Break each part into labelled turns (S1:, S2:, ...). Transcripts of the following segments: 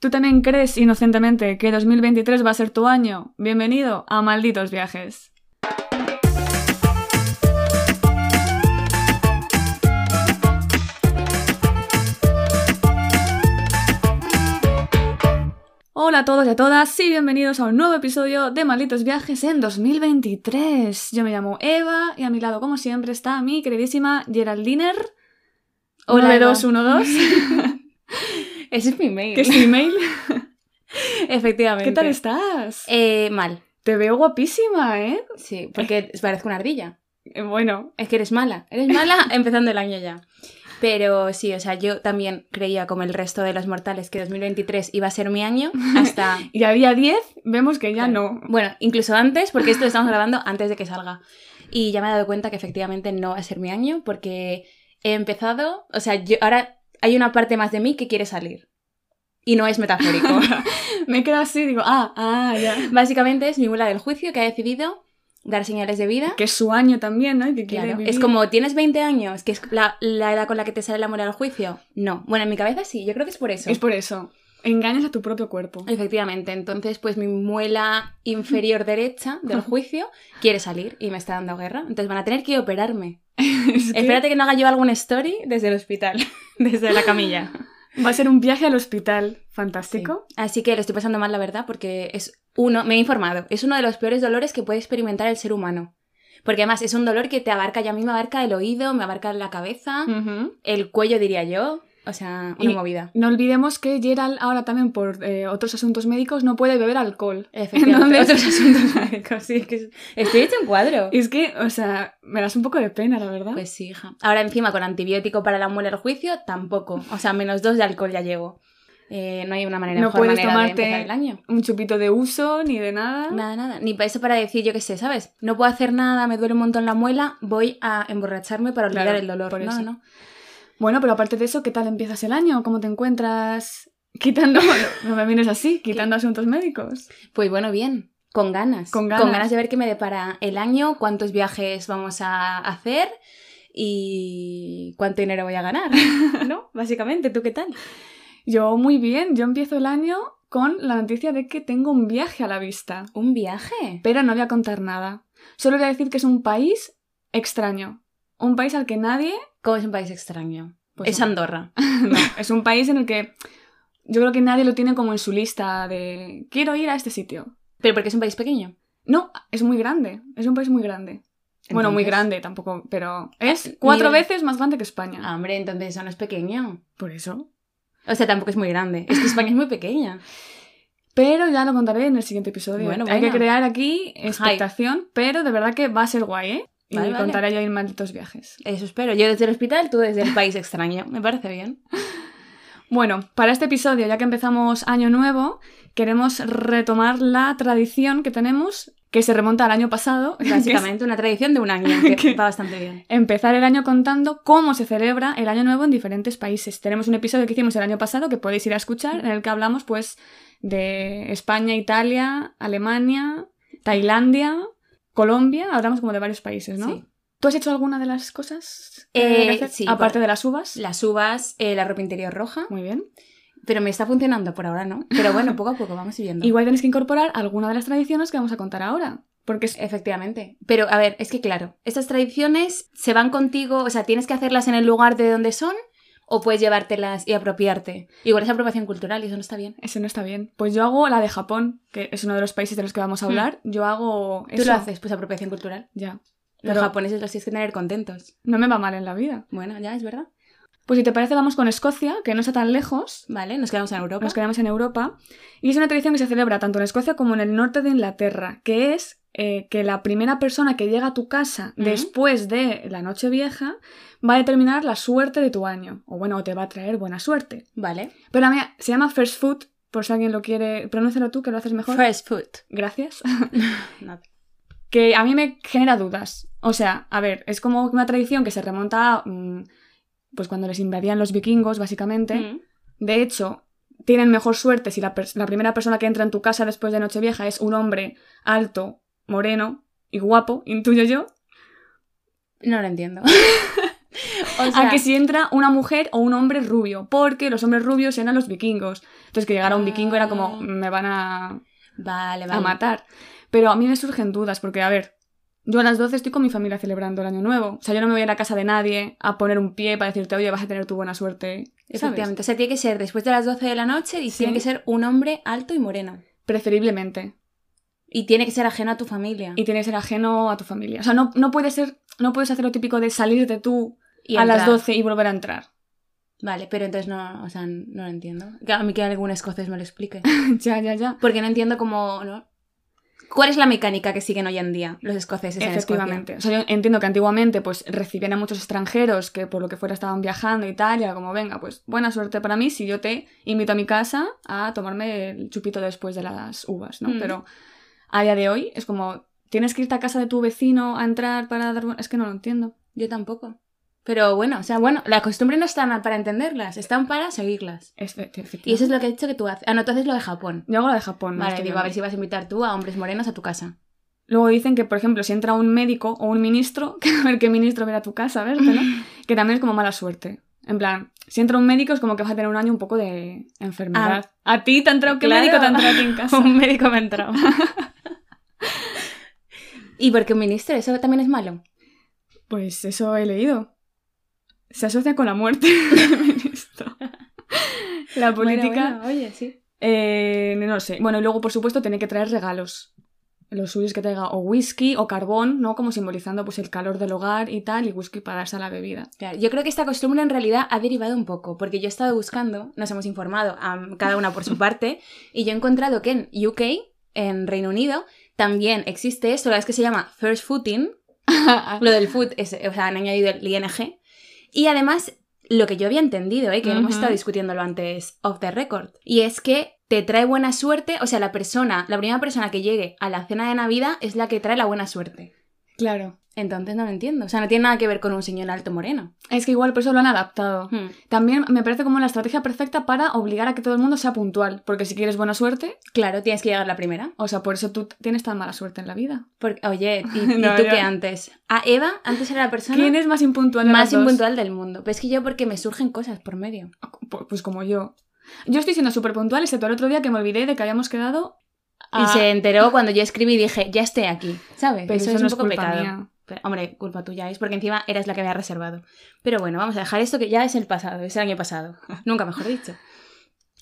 S1: ¿Tú también crees inocentemente que 2023 va a ser tu año? Bienvenido a Malditos Viajes. Hola a todos y a todas y bienvenidos a un nuevo episodio de Malditos Viajes en 2023. Yo me llamo Eva y a mi lado, como siempre, está mi queridísima Geraldiner.
S2: Hola, Eva.
S1: 1212,
S2: Ese es mi mail.
S1: que es tu email.
S2: Efectivamente.
S1: ¿Qué tal estás?
S2: Eh, mal.
S1: Te veo guapísima, ¿eh?
S2: Sí, porque parezco una ardilla.
S1: Eh, Bueno,
S2: Es que eres mala. Eres mala empezando el año ya. Pero sí, o sea, yo también creía, como el resto de los mortales, que 2023 iba a ser mi año hasta...
S1: y había 10, vemos que ya no.
S2: Bueno, incluso antes, porque esto lo estamos grabando antes de que salga. Y ya me he dado cuenta que efectivamente no va a ser mi año porque he empezado, o sea, yo ahora hay una parte más de mí que quiere salir. Y no es metafórico.
S1: Me quedo así, digo, ah, ah, ya.
S2: Básicamente es mi mula del juicio que ha decidido dar señales de vida.
S1: Que es su año también, ¿no? Y que quiere
S2: Claro,
S1: vivir.
S2: es como tienes 20 años, que es la, la edad con la que te sale la moral al juicio. No, bueno, en mi cabeza sí, yo creo que es por eso.
S1: Es por eso. Engañas a tu propio cuerpo.
S2: Efectivamente, entonces pues mi muela inferior derecha del juicio quiere salir y me está dando guerra, entonces van a tener que operarme.
S1: Es que
S2: Espérate que no haga yo alguna story desde el hospital, desde la camilla.
S1: Va a ser un viaje al hospital. Fantástico.
S2: Sí. Así que lo estoy pasando mal, la verdad, porque es uno, me he informado, es uno de los peores dolores que puede experimentar el ser humano. Porque además es un dolor que te abarca, ya a mí me abarca el oído, me abarca la cabeza,
S1: Ujú.
S2: el cuello, diría yo. O sea, una
S1: Y-
S2: movida.
S1: No olvidemos que Gerald ahora también por eh, otros asuntos médicos no puede beber alcohol.
S2: Efectivamente.
S1: Entonces-
S2: Otros asuntos médicos, sí, es que es- estoy hecho un cuadro.
S1: Es que, o sea, me das un poco de pena, la verdad.
S2: Pues sí, hija. Ahora encima con antibiótico para la muela al juicio, tampoco. O sea, menos dos de alcohol ya llego. Eh, no hay una manera,
S1: No
S2: mejor
S1: puedes
S2: manera
S1: tomarte-
S2: de empezar el año.
S1: un chupito de uso ni de nada.
S2: Nada, nada. Ni para eso para decir, yo qué sé, ¿sabes? No puedo hacer nada, me duele un montón la muela, voy a emborracharme para olvidar
S1: Claro,
S2: el dolor.
S1: por
S2: no,
S1: eso.
S2: no.
S1: Bueno, pero aparte de eso, ¿qué tal empiezas el año? ¿Cómo te encuentras? Quitando, bueno, no me mires así, quitando asuntos médicos.
S2: Pues bueno, bien. Con ganas.
S1: Con ganas.
S2: de ver qué me depara el año, cuántos viajes vamos a hacer y cuánto dinero voy a ganar. ¿No? Básicamente, ¿tú qué tal?
S1: Yo muy bien, yo empiezo el año con la noticia de que tengo un viaje a la vista.
S2: ¿Un viaje?
S1: Pero no voy a contar nada. Solo voy a decir que es un país extraño. Un país al que nadie...
S2: ¿Cómo es un país extraño?
S1: Pues
S2: es
S1: no.
S2: Andorra.
S1: No, es un país en el que yo creo que nadie lo tiene como en su lista de quiero ir a este sitio.
S2: Pero porque es un país pequeño.
S1: No, es muy grande. Es un país muy grande. Bueno, muy
S2: Entonces-
S1: grande tampoco, pero es
S2: Ah,
S1: cuatro
S2: nivel-
S1: veces más grande que España.
S2: Ah, hombre, entonces eso no es pequeño.
S1: Por eso.
S2: O sea, tampoco es muy grande. Es que España es muy pequeña.
S1: Pero ya lo contaré en el siguiente episodio.
S2: Bueno,
S1: Hay
S2: bueno.
S1: que crear aquí expectación, pero de verdad que va a ser guay, ¿eh? Y
S2: Vale, vale.
S1: contaré yo en malditos viajes.
S2: Eso espero. Yo desde el hospital, tú desde el país extraño. Me parece bien.
S1: Bueno, para este episodio, ya que empezamos año nuevo, queremos retomar la tradición que tenemos, que se remonta al año pasado, que es
S2: Básicamente una tradición de un año, que
S1: ¿Qué?
S2: va bastante bien.
S1: Empezar el año contando cómo se celebra el año nuevo en diferentes países. Tenemos un episodio que hicimos el año pasado que podéis ir a escuchar, en el que hablamos pues de España, Italia, Alemania, Tailandia, Colombia, hablamos como de varios países, ¿no?
S2: Sí.
S1: ¿Tú has hecho alguna de las cosas?
S2: Eh,
S1: hay que hacer?
S2: sí,
S1: Aparte
S2: bueno.
S1: de las uvas.
S2: Las uvas, eh, la ropa interior roja.
S1: Muy bien.
S2: Pero me está funcionando por ahora, ¿no? Pero bueno, poco a poco vamos viendo.
S1: Igual tenéis que incorporar alguna de las tradiciones que vamos a contar ahora. Porque es-
S2: Efectivamente. Pero a ver, es que claro, estas tradiciones se van contigo, o sea, tienes que hacerlas en el lugar de donde son o puedes llevártelas y apropiarte. Igual es apropiación cultural y eso no está bien.
S1: eso no está bien. Pues yo hago la de Japón, que es uno de los países de los que vamos a hablar. Yo hago
S2: Hmm. Tú
S1: eso.
S2: lo haces, pues apropiación cultural.
S1: Ya.
S2: Los
S1: Pero-
S2: japoneses los tienes que tener contentos.
S1: No me va mal en la vida.
S2: Bueno, ya es verdad.
S1: Pues si te parece, vamos con Escocia, que no está tan lejos.
S2: Vale, nos quedamos en Europa.
S1: Nos quedamos en Europa. Y es una tradición que se celebra tanto en Escocia como en el norte de Inglaterra, que es eh, que la primera persona que llega a tu casa
S2: Ujú.
S1: después de la noche vieja va a determinar la suerte de tu año. O bueno, te va a traer buena suerte.
S2: Vale.
S1: Pero la mía se llama First Food, por si alguien lo quiere. Pronúncialo tú, que lo haces mejor.
S2: First food.
S1: Gracias.
S2: Nada.
S1: que a mí me genera dudas. O sea, a ver, es como una tradición que se remonta a. mm, pues cuando les invadían los vikingos, básicamente.
S2: Mm.
S1: De hecho, tienen mejor suerte si la, pers- la primera persona que entra en tu casa después de Nochevieja es un hombre alto, moreno y guapo, intuyo yo,
S2: No lo entiendo. o sea,
S1: a que si entra una mujer o un hombre rubio, porque los hombres rubios eran los vikingos. Entonces que llegara un
S2: Ah.
S1: vikingo era como, me van a,
S2: Vale,
S1: a
S2: vale.
S1: matar. Pero a mí me surgen dudas, porque a ver, yo a las 12 estoy con mi familia celebrando el año nuevo. O sea, yo no me voy a ir a casa de nadie a poner un pie para decirte, oye, vas a tener tu buena suerte. ¿sabes?
S2: Efectivamente. O sea, tiene que ser después de las 12 de la noche y
S1: Sí.
S2: tiene que ser un hombre alto y moreno.
S1: Preferiblemente.
S2: Ah. Y tiene que ser ajeno a tu familia.
S1: Y tiene que ser ajeno a tu familia. O sea, no, no puede ser, no puedes hacer lo típico de salirte tú
S2: Y
S1: a las
S2: entrar.
S1: 12 y volver a entrar.
S2: Vale, pero entonces no, o sea, no lo entiendo. Que A mí que algún escocés me lo explique.
S1: ya, ya, ya.
S2: Porque no entiendo cómo, ¿no? ¿Cuál es la mecánica que siguen hoy en día los escoceses en Escocia?
S1: Efectivamente. O sea, yo entiendo que antiguamente pues recibían a muchos extranjeros que por lo que fuera estaban viajando y tal, y era como, venga, pues buena suerte para mí si yo te invito a mi casa a tomarme el chupito después de las uvas, ¿no?
S2: Mm.
S1: Pero a día de hoy es como, tienes que irte a casa de tu vecino a entrar para dar... bu- Es que no lo entiendo.
S2: Yo tampoco. Pero bueno, o sea, bueno, las costumbres no están para entenderlas, están para seguirlas.
S1: Efe-
S2: Y eso es lo que he dicho que tú haces. Ah, no, tú haces lo de Japón.
S1: Yo hago la de Japón. no
S2: Vale,
S1: estoy
S2: digo,
S1: viendo.
S2: a ver si vas a invitar tú a hombres morenos a tu casa.
S1: Luego dicen que, por ejemplo, si entra un médico o un ministro, que a ver qué ministro verá a tu casa, a verte, ¿no? que también es como mala suerte. En plan, si entra un médico es como que vas a tener un año un poco de enfermedad. a ti te ha entrado, ¿qué
S2: Claro.
S1: médico te ha entrado a ti en casa?
S2: Un médico me ha entrado. y porque un ministro, eso también es malo.
S1: Pues eso he leído. Se asocia con la muerte del ministro. La política.
S2: Bueno, bueno, oye, sí.
S1: eh, no sé. Bueno, y luego, por supuesto, tiene que traer regalos. Lo suyo es que traiga o whisky o carbón, ¿no? Como simbolizando pues el calor del hogar y tal, y whisky para darse a la bebida.
S2: Claro, yo creo que esta costumbre en realidad ha derivado un poco, porque yo he estado buscando, nos hemos informado a cada una por su parte, y yo he encontrado que en UK, en Reino Unido, también existe esto, la verdad es que se llama First Footing, lo del food, es, o sea, han añadido el ING, y además lo que yo había entendido, ¿eh? que
S1: Ujú.
S2: hemos estado discutiéndolo antes off the record, y es que te trae buena suerte, o sea, la persona, la primera persona que llegue a la cena de Navidad es la que trae la buena suerte.
S1: claro.
S2: Entonces no lo entiendo, o sea, no tiene nada que ver con un señor alto moreno.
S1: Es que igual por eso lo han adaptado.
S2: Hmm.
S1: También me parece como la estrategia perfecta para obligar a que todo el mundo sea puntual, porque si quieres buena suerte,
S2: Claro, tienes que llegar la primera.
S1: o sea, por eso tú t- tienes tan mala suerte en la vida.
S2: Porque, oye, ¿y, y
S1: No,
S2: tú
S1: yo-
S2: qué antes? A Eva antes era la persona
S1: ¿Quién es más impuntual de
S2: más
S1: las dos?
S2: impuntual del mundo. Pero es que yo porque me surgen cosas por medio.
S1: Pu- Pues como yo. Yo estoy siendo súper puntual, excepto el otro día que me olvidé de que habíamos quedado a...
S2: Y se enteró cuando yo escribí y dije, ya estoy aquí, ¿sabes?
S1: Ah. Pero eso, no es culpa mía.
S2: Pero, hombre, culpa tuya es porque encima eras la que había reservado. Pero bueno, vamos a dejar esto que ya es el pasado, es el año pasado. Nunca mejor dicho.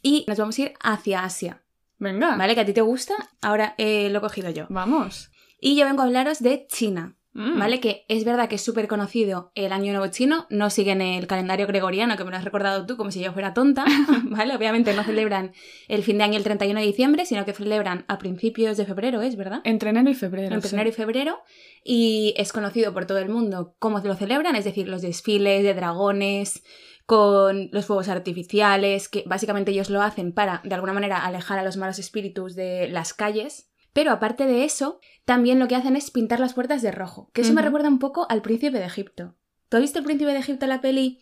S2: Y nos vamos a ir hacia Asia,
S1: Venga,
S2: ¿vale? Que a ti te gusta, ahora eh, lo he cogido yo.
S1: vamos.
S2: Y yo vengo a hablaros de China.
S1: Mm.
S2: ¿Vale? Que es verdad que es súper conocido el Año Nuevo Chino, no siguen el calendario gregoriano, que me lo has recordado tú como si yo fuera tonta, ¿vale? Obviamente no celebran el fin de año el 31 de diciembre, sino que celebran a principios de febrero, ¿es verdad?
S1: Entre enero y febrero.
S2: Entre
S1: sí.
S2: enero y febrero, y es conocido por todo el mundo cómo lo celebran, es decir, los desfiles de dragones, con los fuegos artificiales, que básicamente ellos lo hacen para, de alguna manera, alejar a los malos espíritus de las calles. Pero aparte de eso, también lo que hacen es pintar las puertas de rojo, que eso me
S1: Ujú.
S2: recuerda un poco al príncipe de Egipto. ¿Tú has visto el príncipe de Egipto en la peli?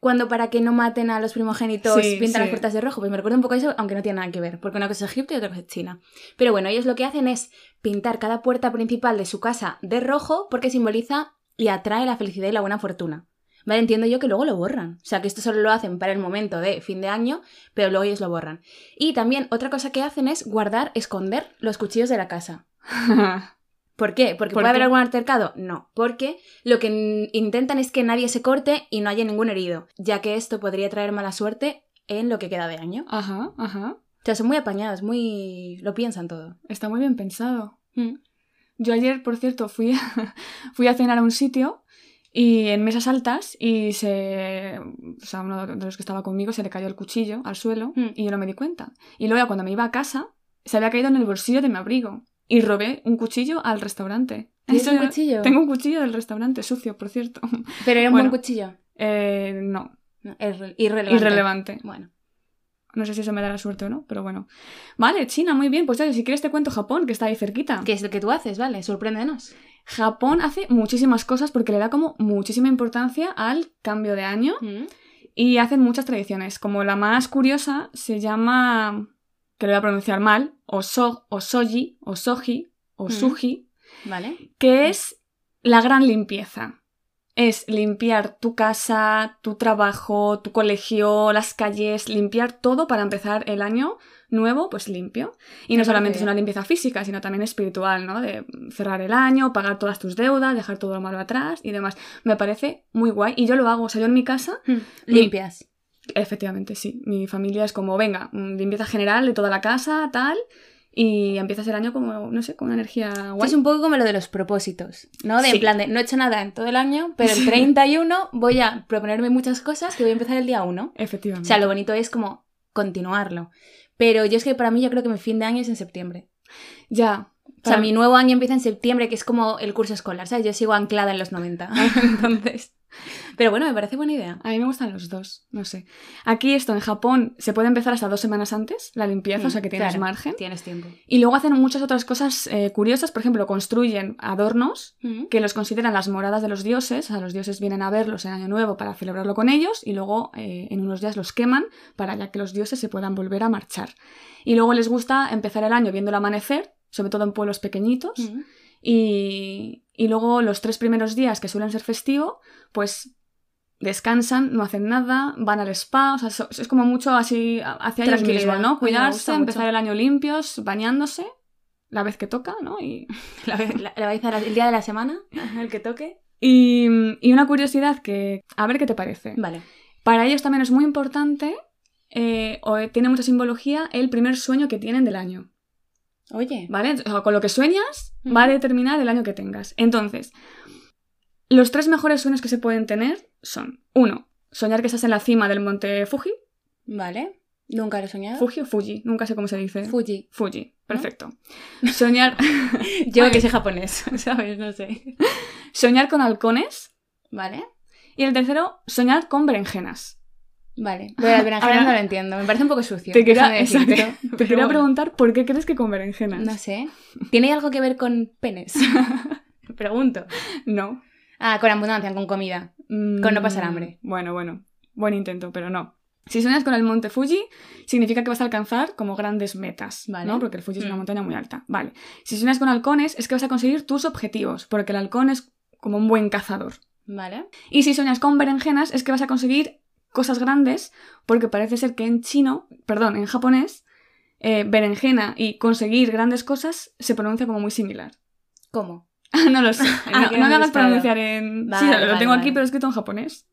S2: Cuando para que no maten a los primogénitos
S1: Sí,
S2: pintan las
S1: sí.
S2: puertas de rojo, pues me recuerda un poco a eso, aunque no tiene nada que ver, porque una cosa es Egipto y otra cosa es China. Pero bueno, ellos lo que hacen es pintar cada puerta principal de su casa de rojo porque simboliza y atrae la felicidad y la buena fortuna. Vale, entiendo yo que luego lo borran. O sea, que esto solo lo hacen para el momento de fin de año, pero luego ellos lo borran. Y también otra cosa que hacen es guardar, esconder los cuchillos de la casa. ¿Por qué? ¿Porque
S1: ¿Por
S2: puede haber
S1: qué?
S2: algún altercado? No, porque lo que n- intentan es que nadie se corte y no haya ningún herido, ya que esto podría traer mala suerte en lo que queda de año.
S1: ajá, ajá.
S2: O sea, son muy apañados, muy... lo piensan todo.
S1: Está muy bien pensado.
S2: Mm.
S1: Yo ayer, por cierto, fui a, fui a cenar a un sitio y en mesas altas y se, o sea, uno de los que estaba conmigo se le cayó el cuchillo al suelo
S2: Mm.
S1: y yo no me di cuenta. Y luego ya cuando me iba a casa se había caído en el bolsillo de mi abrigo y robé un cuchillo al restaurante.
S2: ¿Tienes
S1: Eso
S2: un
S1: yo-
S2: cuchillo?
S1: Tengo un cuchillo del restaurante, sucio, por cierto.
S2: Pero era un
S1: Bueno.
S2: buen cuchillo.
S1: Eh, no,
S2: No, irre- irrelevante.
S1: irrelevante.
S2: Bueno.
S1: No sé si eso me dará suerte o no, pero bueno. Vale, China, muy bien. Pues ya, si quieres te cuento Japón, que está ahí cerquita.
S2: Que es lo que tú haces, ¿vale? Sorpréndenos.
S1: Japón hace muchísimas cosas porque le da como muchísima importancia al cambio de año
S2: Mm.
S1: y hacen muchas tradiciones, como la más curiosa se llama, que lo voy a pronunciar mal, Oso, Osoji, Osoji, Osuji,
S2: ¿Vale?
S1: que es la gran limpieza. es limpiar tu casa, tu trabajo, tu colegio, las calles, limpiar todo para empezar el año nuevo, pues limpio. Y no
S2: Me
S1: solamente
S2: parece
S1: es una limpieza física, sino también espiritual, ¿no? De cerrar el año, pagar todas tus deudas, dejar todo lo malo atrás y demás. Me parece muy guay. Y yo lo hago, o sea, yo en mi casa,
S2: Mm. Limpias.
S1: efectivamente, sí. Mi familia es como, venga, mm, limpieza general de toda la casa, tal. Y empiezas el año como, no sé, con una energía
S2: Esto
S1: guay.
S2: Es un poco como lo de los propósitos, ¿no? De
S1: Sí.
S2: en plan de no he hecho nada en todo el año, pero el 31 voy a proponerme muchas cosas que voy a empezar el día 1. O
S1: Efectivamente.
S2: sea, lo bonito es como continuarlo. Pero yo es que para mí yo creo que mi fin de año es en septiembre.
S1: Ya.
S2: O sea,
S1: Para-
S2: mi nuevo año empieza en septiembre, que es como el curso escolar, ¿sabes? Yo sigo anclada en los 90. Entonces. Pero bueno, me parece buena idea.
S1: A mí me gustan los dos, no sé. Aquí esto, en Japón, se puede empezar hasta dos semanas antes, la limpieza, o sea que tienes
S2: Claro,
S1: margen.
S2: Tienes tiempo.
S1: Y luego hacen muchas otras cosas eh, curiosas, por ejemplo, construyen adornos
S2: Mm-hmm.
S1: que los consideran las moradas de los dioses, o sea, los dioses vienen a verlos en Año Nuevo para celebrarlo con ellos y luego eh, en unos días los queman para ya que los dioses se puedan volver a marchar. Y luego les gusta empezar el año viendo el amanecer, sobre todo en pueblos pequeñitos,
S2: Mm.
S1: y, y luego los tres primeros días que suelen ser festivo, pues descansan, no hacen nada, van al spa, o sea, so- es como mucho así a- hacia ellos
S2: Tranquilidad.
S1: mismos, ¿no?
S2: Oye, me gusta
S1: Cuidarse,
S2: mucho.
S1: empezar el año limpios, bañándose, la vez que toca, ¿no? Y,
S2: La, la- la vais a la- el día de la semana, el que toque.
S1: y, y una curiosidad que, a ver qué te parece.
S2: Vale.
S1: Para ellos también es muy importante, eh, o eh, tiene mucha simbología, el primer sueño que tienen del año.
S2: Oye.
S1: ¿Vale? O sea, con lo que sueñas
S2: Ujú.
S1: va a determinar el año que tengas. Entonces, los tres mejores sueños que se pueden tener son, uno, soñar que estás en la cima del monte Fuji,
S2: Vale. Nunca lo he soñado.
S1: Fuji o Fuji, nunca sé cómo se dice.
S2: Fuji.
S1: Fuji, perfecto. Soñar,
S2: Yo que soy japonés, ¿sabes? No sé.
S1: soñar con halcones.
S2: Vale,
S1: Y el tercero, soñar con berenjenas.
S2: vale. Pero el berenjena
S1: Ahora-
S2: no lo entiendo, me parece un poco sucio.
S1: Te quería,
S2: déjame decirte.
S1: exacto, te
S2: Pero
S1: quería
S2: bueno,
S1: preguntar por qué crees que con berenjenas.
S2: No sé. ¿Tiene algo que ver con penes? Pregunto.
S1: No.
S2: Ah, con abundancia, con comida. Con no pasar
S1: Mm,
S2: hambre.
S1: Bueno, bueno. Buen intento, pero no. Si sueñas con el monte Fuji, significa que vas a alcanzar como grandes metas,
S2: Vale.
S1: ¿no? Porque el Fuji es una
S2: Mm.
S1: montaña muy alta. Vale. Si sueñas con halcones, es que vas a conseguir tus objetivos, porque el halcón es como un buen cazador.
S2: Vale.
S1: Y si sueñas con berenjenas, es que vas a conseguir cosas grandes, porque parece ser que en chino, perdón, en japonés, eh, berenjena y conseguir grandes cosas se pronuncia como muy similar.
S2: ¿Cómo?
S1: no lo sé.
S2: Ah,
S1: No,
S2: que
S1: no
S2: me
S1: me
S2: ha
S1: hagas
S2: gustado.
S1: pronunciar en... sí,
S2: Vale,
S1: lo
S2: vale,
S1: tengo aquí,
S2: vale.
S1: pero escrito en japonés.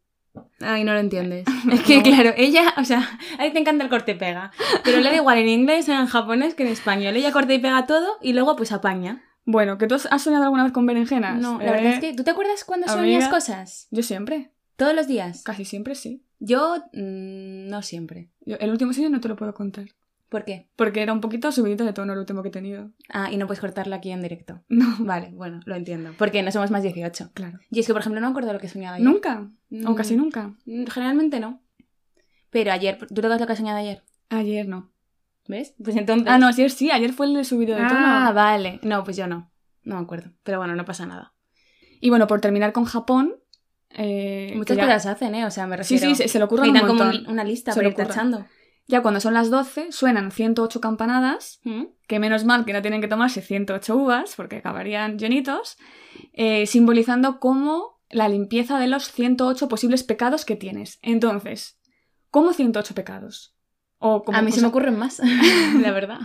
S2: Ay, no lo entiendes. Es que, claro, ella, o sea, a ti te encanta el corte y pega. Pero le da igual en inglés, en japonés que en español. Ella corte y pega todo y luego pues apaña.
S1: Bueno, ¿que tú has- has soñado alguna vez con berenjenas?
S2: No,
S1: Eh,
S2: la verdad es que. ¿Tú te acuerdas cuando
S1: amiga.
S2: soñas cosas?
S1: Yo siempre,
S2: Todos los días.
S1: casi siempre sí.
S2: Yo mm, no siempre.
S1: Yo- el último sueño no te lo puedo contar.
S2: ¿Por qué?
S1: Porque era un poquito subidito de tono el último que he tenido.
S2: Ah, y no puedes cortarlo aquí en directo.
S1: No,
S2: Vale, bueno, lo entiendo. Porque no somos más 18.
S1: claro.
S2: Y es que, por ejemplo, no me acuerdo lo que soñaba ayer.
S1: Nunca,
S2: Mm,
S1: o casi nunca.
S2: mm, Generalmente no. Pero ayer, ¿tú te acuerdas lo que has soñado ayer?
S1: Ayer no.
S2: ¿Ves? Pues entonces.
S1: Ah, no, ayer sí, ayer fue el subido de tono.
S2: Ah, vale. No, pues yo no. No me acuerdo. Pero bueno, no pasa nada.
S1: Y bueno, por terminar con Japón... eh,
S2: Muchas
S1: que ya-
S2: cosas hacen, ¿eh? O sea, me
S1: Sí,
S2: refiero.
S1: sí, se, se le ocurre
S2: Y
S1: un
S2: dan como
S1: montón.
S2: un- una lista
S1: Se
S2: para
S1: le
S2: ir
S1: ocurra.
S2: tachando.
S1: Ya cuando son las 12 suenan 108 campanadas
S2: ¿Mm?
S1: que menos mal que no tienen que tomarse 108 uvas porque acabarían llenitos, eh, simbolizando como la limpieza de los 108 posibles pecados que tienes. Entonces, ¿cómo 108 pecados? O como
S2: A mí se me
S1: cosa-
S2: ocurren más, la verdad.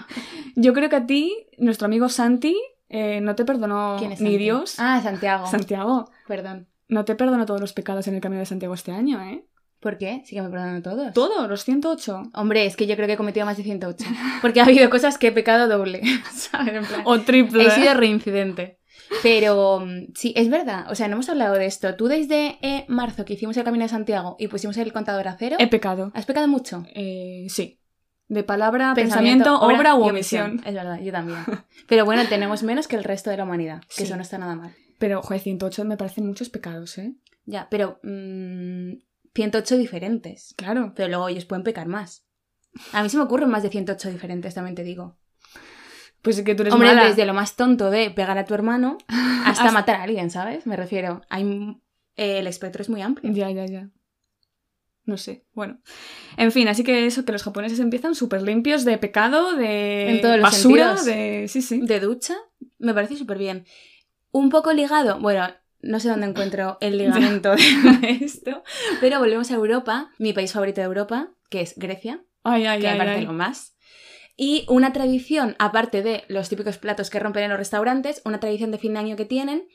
S1: Yo creo que a ti, nuestro amigo Santi, eh, no te perdonó
S2: ¿Quién es
S1: ni
S2: Santi?
S1: Dios.
S2: Ah, Santiago.
S1: Santiago,
S2: Perdón.
S1: no te perdonó todos los pecados en el camino de Santiago este año, ¿eh?
S2: ¿Por qué? Sí que me perdonan todos.
S1: Todos, los 108.
S2: Hombre, es que yo creo que he cometido más de 108. Porque ha habido cosas que he pecado doble. ¿sabes? En plan,
S1: O triple.
S2: he sido reincidente. ¿Eh? Pero mm, sí, es verdad. O sea, no hemos hablado de esto. Tú desde eh, marzo que hicimos el Camino de Santiago y pusimos el contador a cero,
S1: He pecado.
S2: has pecado mucho.
S1: Eh, sí. De palabra, pensamiento, obra, u
S2: y
S1: omisión.
S2: Es verdad, yo también. Pero bueno, tenemos menos que el resto de la humanidad, que
S1: Sí.
S2: eso no está nada mal.
S1: Pero, joder, 108 me parecen muchos pecados, ¿eh?
S2: Ya, pero mm, 108 diferentes.
S1: Claro.
S2: Pero luego ellos pueden pecar más. A mí se me ocurren más de 108 diferentes, también te digo.
S1: Pues es que tú eres
S2: Hombre,
S1: mala.
S2: desde lo más tonto de pegar a tu hermano hasta,
S1: Hasta-
S2: matar a alguien, ¿sabes? Me refiero. Hay, m- eh, el espectro es muy amplio.
S1: Ya, ya, ya. No sé, bueno. En fin, así que eso, que los japoneses empiezan súper limpios de pecado, de
S2: En todos los
S1: basura,
S2: sentidos.
S1: de... Sí, sí.
S2: De ducha, me parece súper bien. Un poco ligado, bueno, No sé dónde encuentro el ligamento de esto, pero volvemos a Europa, mi país favorito de Europa, que es Grecia,
S1: Ay, ay,
S2: que me
S1: ay,
S2: parece
S1: ay.
S2: lo más. Y una tradición, aparte de los típicos platos que rompen en los restaurantes, una tradición de fin de año que tienen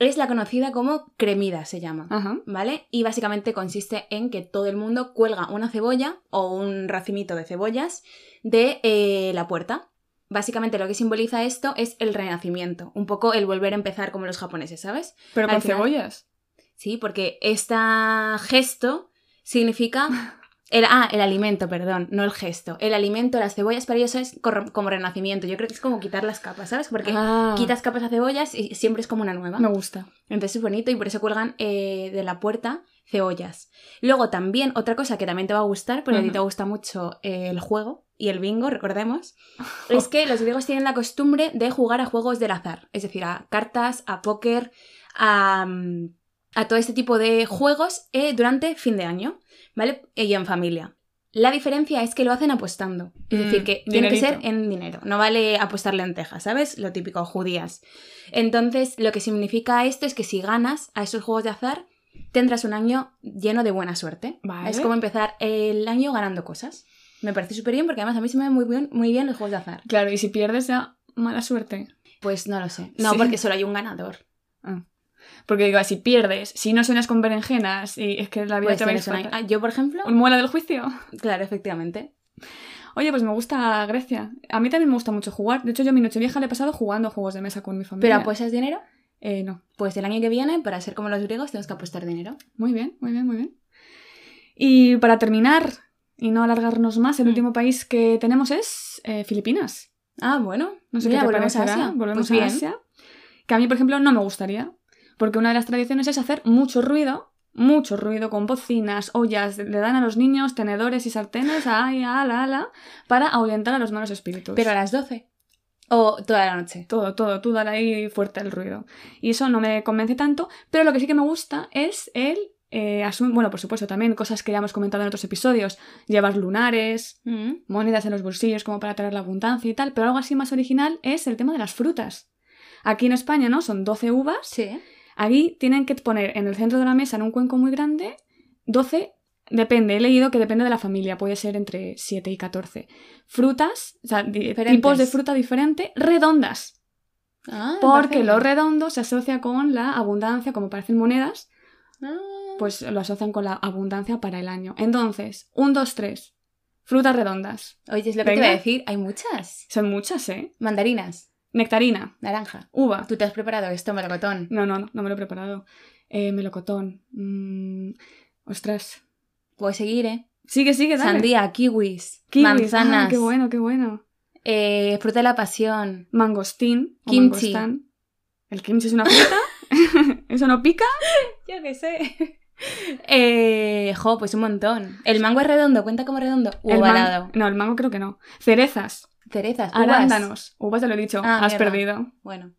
S2: es la conocida como cremida, se llama.
S1: Ajá.
S2: ¿Vale? Y básicamente consiste en que todo el mundo cuelga una cebolla o un racimito de cebollas de eh, la puerta. Básicamente lo que simboliza esto es el renacimiento, un poco el volver a empezar como los japoneses, ¿sabes?
S1: Pero
S2: Al
S1: con
S2: final-
S1: cebollas.
S2: Sí, porque este gesto significa... El, ah, el alimento, perdón, no el gesto. El alimento, las cebollas para ellos es corro- como renacimiento. Yo creo que es como quitar las capas, ¿sabes? Porque
S1: Ah,
S2: quitas capas a cebollas y siempre es como una nueva.
S1: Me gusta.
S2: Entonces es bonito y por eso cuelgan eh, de la puerta cebollas. Luego también, otra cosa que también te va a gustar, porque a ti
S1: Ajá.
S2: te gusta mucho eh, el juego y el bingo, recordemos, es que los griegos tienen la costumbre de jugar a juegos del azar, es decir, a cartas, a póker, a, mm, a todo este tipo de juegos eh, durante fin de año, ¿vale? Eh, Y en familia. La diferencia es que lo hacen apostando. Es
S1: Mm,
S2: decir, que tiene que ser
S1: dinerito.
S2: en dinero. No vale apostar lentejas, ¿sabes? Lo típico, judías. Entonces, lo que significa esto es que si ganas a esos juegos de azar, tendrás un año lleno de buena suerte.
S1: Vale.
S2: Es como empezar el año ganando cosas. Me parece súper bien porque además a mí se me dan muy bien, muy bien los juegos de azar.
S1: Claro, y si pierdes ya, mala suerte.
S2: Pues no lo sé. No,
S1: Sí.
S2: porque solo hay un ganador.
S1: Porque digo, si pierdes, si no suenas con berenjenas, y es que la vida
S2: Pues
S1: te va a ir
S2: tienes un año-
S1: fatal.
S2: Ah, Yo, por ejemplo,
S1: ¿Un muela del juicio?
S2: claro, efectivamente.
S1: Oye, pues me gusta Grecia. A mí también me gusta mucho jugar. De hecho, yo mi nochevieja la he pasado jugando a juegos de mesa con mi familia.
S2: Pero pues, apuestas dinero,
S1: Eh, no.
S2: pues el año que viene, para ser como los griegos, tenemos que apostar dinero.
S1: Muy bien, muy bien, muy bien. Y para terminar, y no alargarnos más, el
S2: Mm.
S1: último país que tenemos es eh, Filipinas.
S2: Ah, bueno.
S1: No sé
S2: Mira,
S1: qué te
S2: volvemos a
S1: parecerá.
S2: Asia.
S1: Volvemos
S2: Pues bien.
S1: a Asia. Que a mí, por ejemplo, no me gustaría. Porque una de las tradiciones es hacer mucho ruido, mucho ruido con bocinas, ollas, le dan a los niños tenedores y sartenes, ay, ala, ala, para ahuyentar a los malos espíritus.
S2: Pero a las 12. O toda la noche.
S1: Todo, todo, tú dale ahí fuerte el ruido. Y eso no me convence tanto, pero lo que sí que me gusta es el eh, asun- bueno, por supuesto también cosas que ya hemos comentado en otros episodios, llevar lunares,
S2: Mm.
S1: monedas en los bolsillos como para traer la abundancia y tal, pero algo así más original es el tema de las frutas. Aquí en España, ¿no? Son 12 uvas.
S2: Sí.
S1: Aquí tienen que poner en el centro de la mesa, en un cuenco muy grande, 12, depende, he leído que depende de la familia, puede ser entre 7 y 14. Frutas, o sea, di-
S2: Diferentes.
S1: tipos de fruta diferente, redondas.
S2: Ah,
S1: Porque lo
S2: perfecto.
S1: redondo se asocia con la abundancia, como parecen monedas,
S2: Ah.
S1: pues lo asocian con la abundancia para el año. Entonces, un, dos, tres. Frutas redondas.
S2: Oye, es lo que te
S1: Venga.
S2: iba a decir. Hay muchas.
S1: Son muchas, ¿eh?
S2: Mandarinas,
S1: Nectarina,
S2: naranja.
S1: uva.
S2: Tú te has preparado esto, melocotón.
S1: No, no, no, no me lo he preparado. Eh, melocotón. Mm, ostras.
S2: Puedo seguir, ¿eh?
S1: Sigue, sigue, dale.
S2: Sandía, kiwis,
S1: Kiwis.
S2: manzanas,
S1: Ah, qué bueno, qué bueno.
S2: eh, fruta de la pasión.
S1: Mangostín. o
S2: Kimchi.
S1: mangostán. El kimchi es una fruta. ¿Eso no pica?
S2: Yo qué sé. Eh, jo, pues un montón. El mango es redondo, cuenta como redondo.
S1: El man-
S2: Ovalado.
S1: No, el mango creo que no. Cerezas.
S2: Cerezas, uvas.
S1: Arándanos. Uvas te lo he dicho.
S2: Ah,
S1: Has
S2: mierda.
S1: perdido.
S2: Bueno,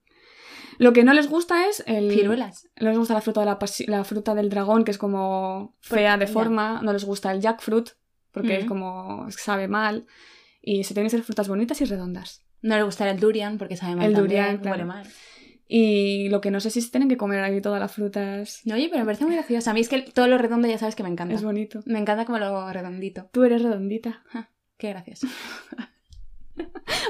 S1: Lo que no les gusta es el...
S2: ciruelas.
S1: No les gusta la fruta, de la, pasi- la fruta del dragón, que es como fea de
S2: ya. Mm.
S1: forma. No les gusta el jackfruit, porque es
S2: Ujú.
S1: como sabe mal. Y se tienen que ser frutas bonitas y redondas.
S2: No le gustará el durian porque sabe mal
S1: El
S2: también,
S1: durian,
S2: huele
S1: claro.
S2: mal.
S1: Y lo que no sé si se tienen que comer ahí todas las frutas.
S2: No, oye, pero me parece muy gracioso. A mí es que todo lo redondo ya sabes que me encanta.
S1: Es bonito.
S2: Me encanta como lo redondito.
S1: Tú eres redondita.
S2: Qué gracioso.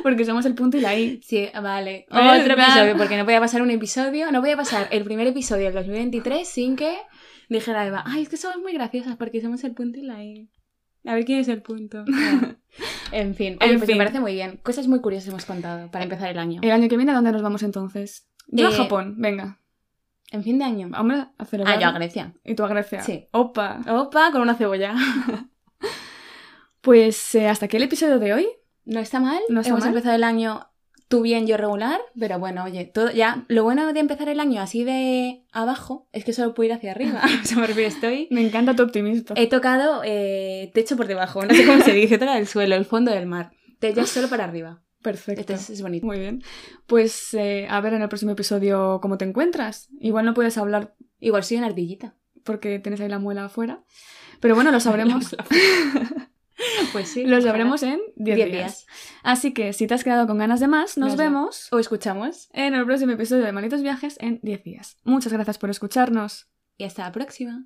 S1: Porque somos el punto y la I.
S2: Sí, ah, vale.
S1: ¿Ves?
S2: Otro
S1: Plan.
S2: episodio, porque no voy a pasar un episodio, no voy a pasar el primer episodio del 2023 sin que dijera Eva, ay, es que somos muy graciosas porque somos el punto y la I. A ver quién es el punto. No. en fin, Eh, oye,
S1: En
S2: pues
S1: fin.
S2: me parece muy bien. Cosas muy curiosas hemos contado para empezar el año.
S1: El año que viene, ¿a dónde nos vamos entonces? Yo a
S2: Eh,
S1: Japón, venga.
S2: En fin de año.
S1: Vamos a celebrar.
S2: Ah, yo a Grecia.
S1: Y tú a Grecia.
S2: Sí.
S1: Opa.
S2: Opa, con una cebolla.
S1: Pues eh, hasta aquí el episodio de hoy.
S2: No está mal.
S1: No está
S2: Hemos
S1: mal.
S2: empezado el año tú bien, yo regular, pero bueno, oye, todo ya. Lo bueno de empezar el año así de abajo es que solo puedo ir hacia arriba. o sea, me refiero, estoy.
S1: Me encanta tu optimismo.
S2: He tocado eh, techo por debajo, no sé cómo se dice, he tocado el suelo, el fondo del mar. Te ya es solo para arriba.
S1: Perfecto.
S2: Esto este es, es bonito.
S1: Muy bien. Pues eh, a ver en el próximo episodio cómo te encuentras. Igual no puedes hablar
S2: Igual soy una ardillita.
S1: porque tienes ahí la muela afuera. Pero bueno, lo sabremos.
S2: Pues sí.
S1: Lo
S2: ojalá.
S1: sabremos en 10
S2: Diez
S1: días. Así que si te has quedado con ganas de más, nos
S2: Nos ve-
S1: vemos
S2: O escuchamos.
S1: en el próximo episodio de Malditos Viajes en 10 días. Muchas gracias por escucharnos.
S2: Y hasta la próxima.